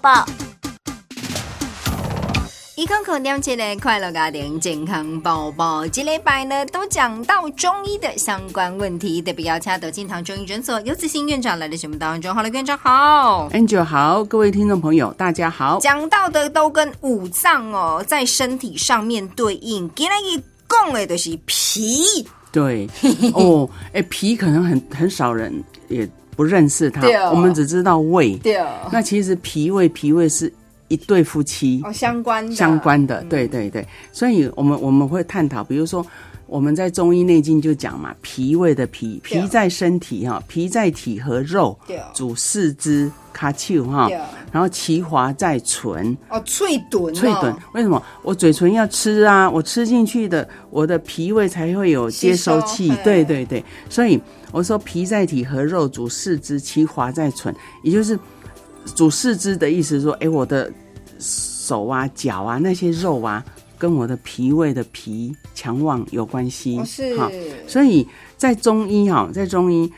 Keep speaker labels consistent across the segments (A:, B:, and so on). A: 宝。
B: 一口口念起来，快乐家庭健康宝宝。这礼拜呢，都讲到中医的相关问题，特别邀请到金堂中医诊所游子欣院长来到节目当中。Hello，院长好。
C: Angel 好，各位听众朋友，大家好。
B: 讲到的都跟五脏哦，在身体上面对应。今天一讲的就是脾，
C: 对，哦，哎、脾可能很很少人也不认识它
B: 对哦，
C: 我们只知道胃。
B: 对，
C: 那其实脾胃脾胃是一对夫妻
B: 哦，嗯相关的
C: 相关的，对对对，所以我们我们会探讨，比如说。我们在中医内经就讲嘛，脾胃的脾，
B: 对哦
C: 脾在身体哈，脾在体和肉
B: 对，哦
C: 主四肢、卡丘哈
B: 对，
C: 然后其华在唇，
B: 哦，脆钝，
C: 脆钝，为什么？我嘴唇要吃啊，我吃进去的，我的脾胃才会有接收
B: 吸
C: 器。
B: 收
C: 对
B: 对
C: 对对，所以我说脾在体和肉，主四肢，其华在唇，也就是主四肢的意思说，哎，我的手啊、脚啊那些肉啊，跟我的脾胃的脾强旺有关系。
B: 哦是
C: 哈所以在中医哈，在中医，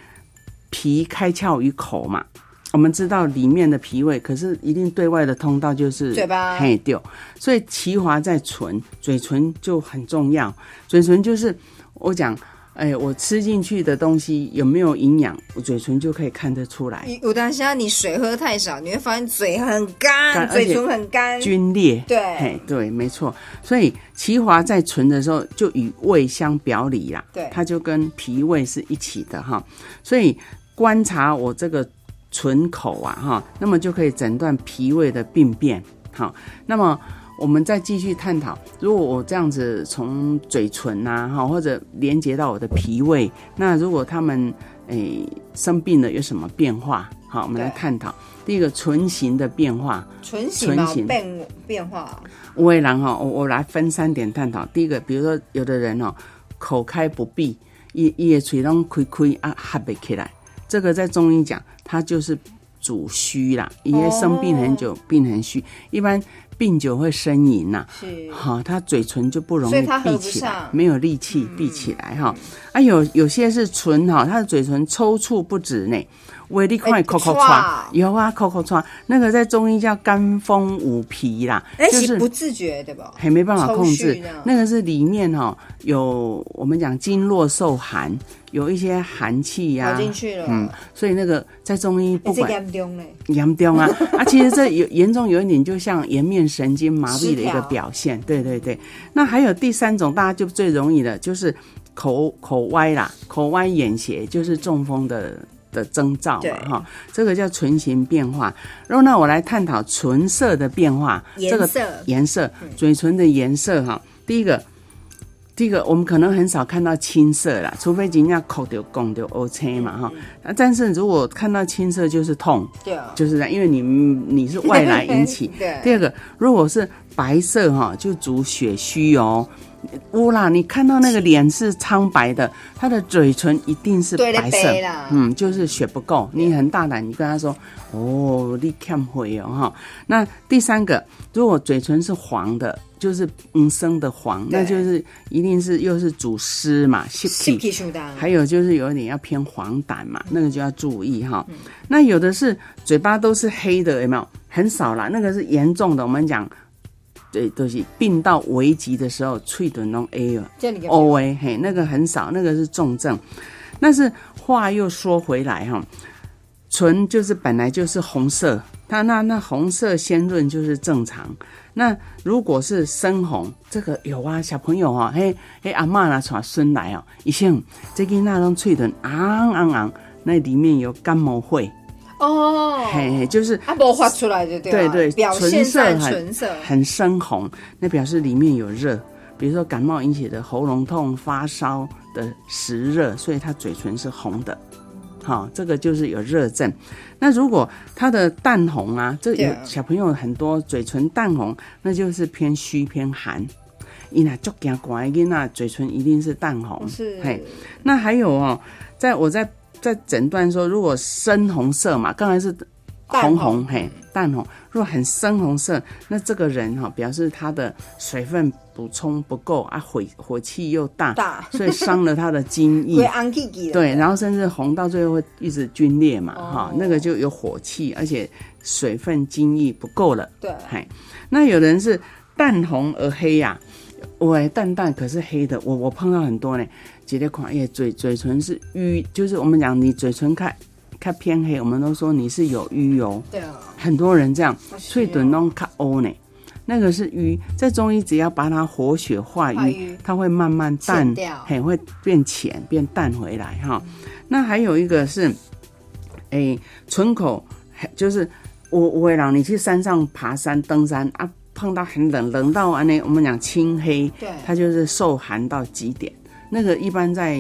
C: 脾开窍于口嘛，我们知道里面的脾胃，可是一定对外的通道就是
B: 嘴巴
C: 嘿，对。所以其华在唇，嘴唇就很重要。嘴唇就是我讲，哎，我吃进去的东西有没有营养，我嘴唇就可以看得出来。
B: 你有当下你水喝太少，你会发现嘴很干，
C: 干
B: 嘴唇很干，
C: 皲裂，
B: 对
C: 嘿，对，没错。所以其华在存的时候，就与胃相表里啦，
B: 对
C: 它就跟脾胃是一起的哈。所以观察我这个唇口啊哈，那么就可以诊断脾胃的病变。好，那么我们再继续探讨，如果我这样子从嘴唇呐、哈，或者连接到我的脾胃，那如果他们诶生病了有什么变化？好，我们来
B: 对
C: 探讨第一个唇形的变化。
B: 唇形嘛
C: 唇形
B: 变变化，
C: 乌龟狼哈，我我来分三点探讨。第一个，比如说有的人哦，口开不闭，一一嘴拢开开啊，合不起来，这个在中医讲，它就是主虚啦，因为生病很久，病很虚，一般病久会呻吟呐、
B: 是
C: 好、他嘴唇就不容
B: 所以
C: 易
B: 它合
C: 闭
B: 不
C: 起来
B: 上，嗯
C: 没有力气闭起来哈、啊，有有些是唇哈，他的嘴唇抽搐不止呢，威力
B: 哎
C: 快，口口
B: 唰
C: 喘，有啊，口口喘，那个在中医叫肝风五脾啦，
B: 哎、
C: 就是是
B: 不自觉的吧？
C: 还没办法控
B: 抽蓄
C: 制
B: 这样。
C: 那个是里面哦，有我们讲经络受寒，有一些寒气呀、
B: 跑进去了，哎
C: 嗯，所以那个在中医不
B: 哎这
C: 管
B: 严重嘞，
C: 严重啊 啊，其实这有严重有一点就像颜面神经麻痹的一
B: 失
C: 个
B: 调
C: 表现。对对对，那还有第三种，大家就最容易的就是口口歪啦，口歪眼斜就是中风的。的征兆
B: 对
C: 嘛，哈，这个叫唇形变化。然后呢，我来探讨唇色的变化，这
B: 颜
C: 个
B: 色嗯
C: 颜色，嘴唇的颜色哈。第一个，第一个我们可能很少看到青色啦，除非人家口丢拱丢 O C 嘛
B: 嗯
C: 哈。那但是如果看到青色就是痛，
B: 对啊，
C: 就是这样，因为你你是外来引起。第
B: 对，
C: 二个，如果是白色哈，就主血虚哦。乌啦，你看到那个脸是苍白的，他的嘴唇一定是
B: 对的
C: 白色
B: 白啦，
C: 嗯，就是血不够。你很大胆，你跟他说，哦，你看回哦哈。那第三个，如果嘴唇是黄的，就是嗯生的黄，
B: 对
C: 那就是一定是又是主湿嘛，湿
B: 是
C: 气。
B: 皮胸大，
C: 还有就是有一点要偏黄疸嘛，那个就要注意哈。那有的是嘴巴都是黑的，有没有？很少啦，那个是严重的。我们讲，对，都、是病到危急的时候，脆唇拢 A 了。
B: 这里
C: 哦喂，嘿，那个很少，那个是重症。但是话又说回来哈，唇就是本来就是红色，它那那红色鲜润就是正常。那如果是深红，这个有啊，小朋友哦，嘿，嘿，阿嬷啦，带孙来哦，以前这个那种喙唇昂昂昂，那里面有干毛会，
B: 哦，
C: 嘿嘿，就是
B: 啊，不发出来就对了，
C: 对对
B: 表现在
C: 唇色很
B: 唇色，
C: 很深红，那表示里面有热，比如说感冒引起的喉咙痛、发烧的实热，所以他嘴唇是红的。好、这个就是有热症。那如果他的淡红啊，这
B: 对
C: 有
B: 啊
C: 小朋友很多嘴唇淡红，那就是偏虚偏寒。伊那足惊乖，囡仔嘴唇一定是淡红，
B: 是
C: 嘿，那还有哦，在我在在诊断说，如果深红色嘛，刚才是
B: 淡红
C: 红红嘿淡红，如果很深红色，那这个人哈、表示他的水分补充不够啊，火火气又大，
B: 大
C: 所以伤了他的精 液
B: 会。安气气的。
C: 对，然后甚至红到最后会一直皲裂嘛，哈、
B: 哦
C: 那个就有火气，而且水分精液不够了。
B: 对，
C: 嗨，那有人是淡红而黑啊呀、我淡淡可是黑的，我我碰到很多呢。几类款也哎嘴嘴唇是淤，就是我们讲你嘴唇看看偏黑，我们都说你是有淤哦油，
B: 对啊，
C: 很多人这样，
B: 好是
C: 脆
B: 哦
C: 短弄看欧呢。那个是淤，在中医只要把它活血
B: 化
C: 化瘀
B: 瘀，
C: 它会慢慢淡
B: 浅掉，
C: 很会变浅变淡回来哈。那还有一个是，哎、唇口就是我我会让你去山上爬山登山啊，碰到很冷，冷到安呢，我们讲青黑，
B: 对，
C: 它就是受寒到极点。那个一般在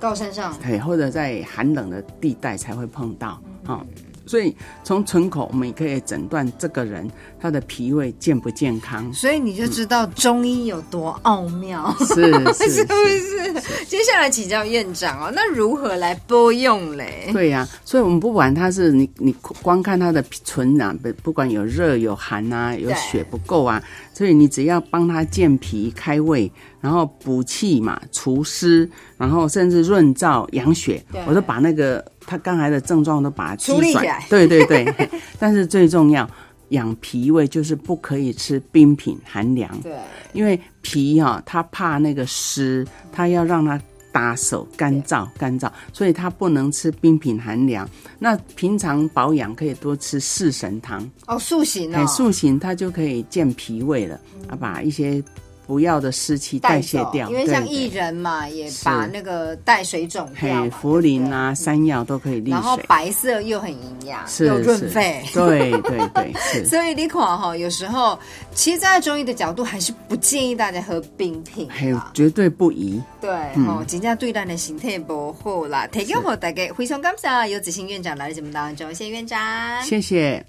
B: 高山上。
C: 哎或者在寒冷的地带才会碰到啊、所以从唇口我们也可以诊断这个人他的脾胃健不健康
B: 所以你就知道中医有多奥妙，
C: 是是
B: 是
C: 是
B: 不是？嗯 接下来请教院长哦，那如何来拨用嘞？
C: 对呀、所以我们不管他是你你光看他的唇啊，不不管有热有寒啊，有
B: 对
C: 血不够啊，所以你只要帮他健脾开胃，然后补气嘛，除湿，然后甚至润燥养血
B: 对，
C: 我都把那个他刚才的症状都把它击
B: 处理起
C: 转
B: 来
C: 对对对， 嘿但是最重要。养脾胃就是不可以吃冰品寒凉，
B: 对，
C: 因为脾哈、它怕那个湿，它要让它打手干燥干燥，所以它不能吃冰品寒凉。那平常保养可以多吃四神汤，
B: 哦，塑形
C: 哎，
B: 哦，
C: 塑形它就可以健脾胃了，啊，把一些不要的湿气代谢
B: 走
C: 掉，
B: 因为像
C: 对
B: 薏
C: 对
B: 仁嘛，也
C: 是
B: 把那个带水肿掉
C: 嘿，
B: 嘛，
C: 茯苓
B: 对
C: 啊、山药都可以利
B: 然后
C: 水，
B: 白色又很营养，
C: 是
B: 又润
C: 是
B: 肺。
C: 对对对， 是。
B: 所以你看哈、有时候其实站在中医的角度，还是不建议大家喝冰品
C: 嘿
B: 啦。，
C: 绝对不宜。
B: 对，
C: 嗯
B: 吼、真正对咱的身体不啊好啦。提供给大家非常感谢，有子欣院长来到节目当中，谢谢院长，
C: 谢谢。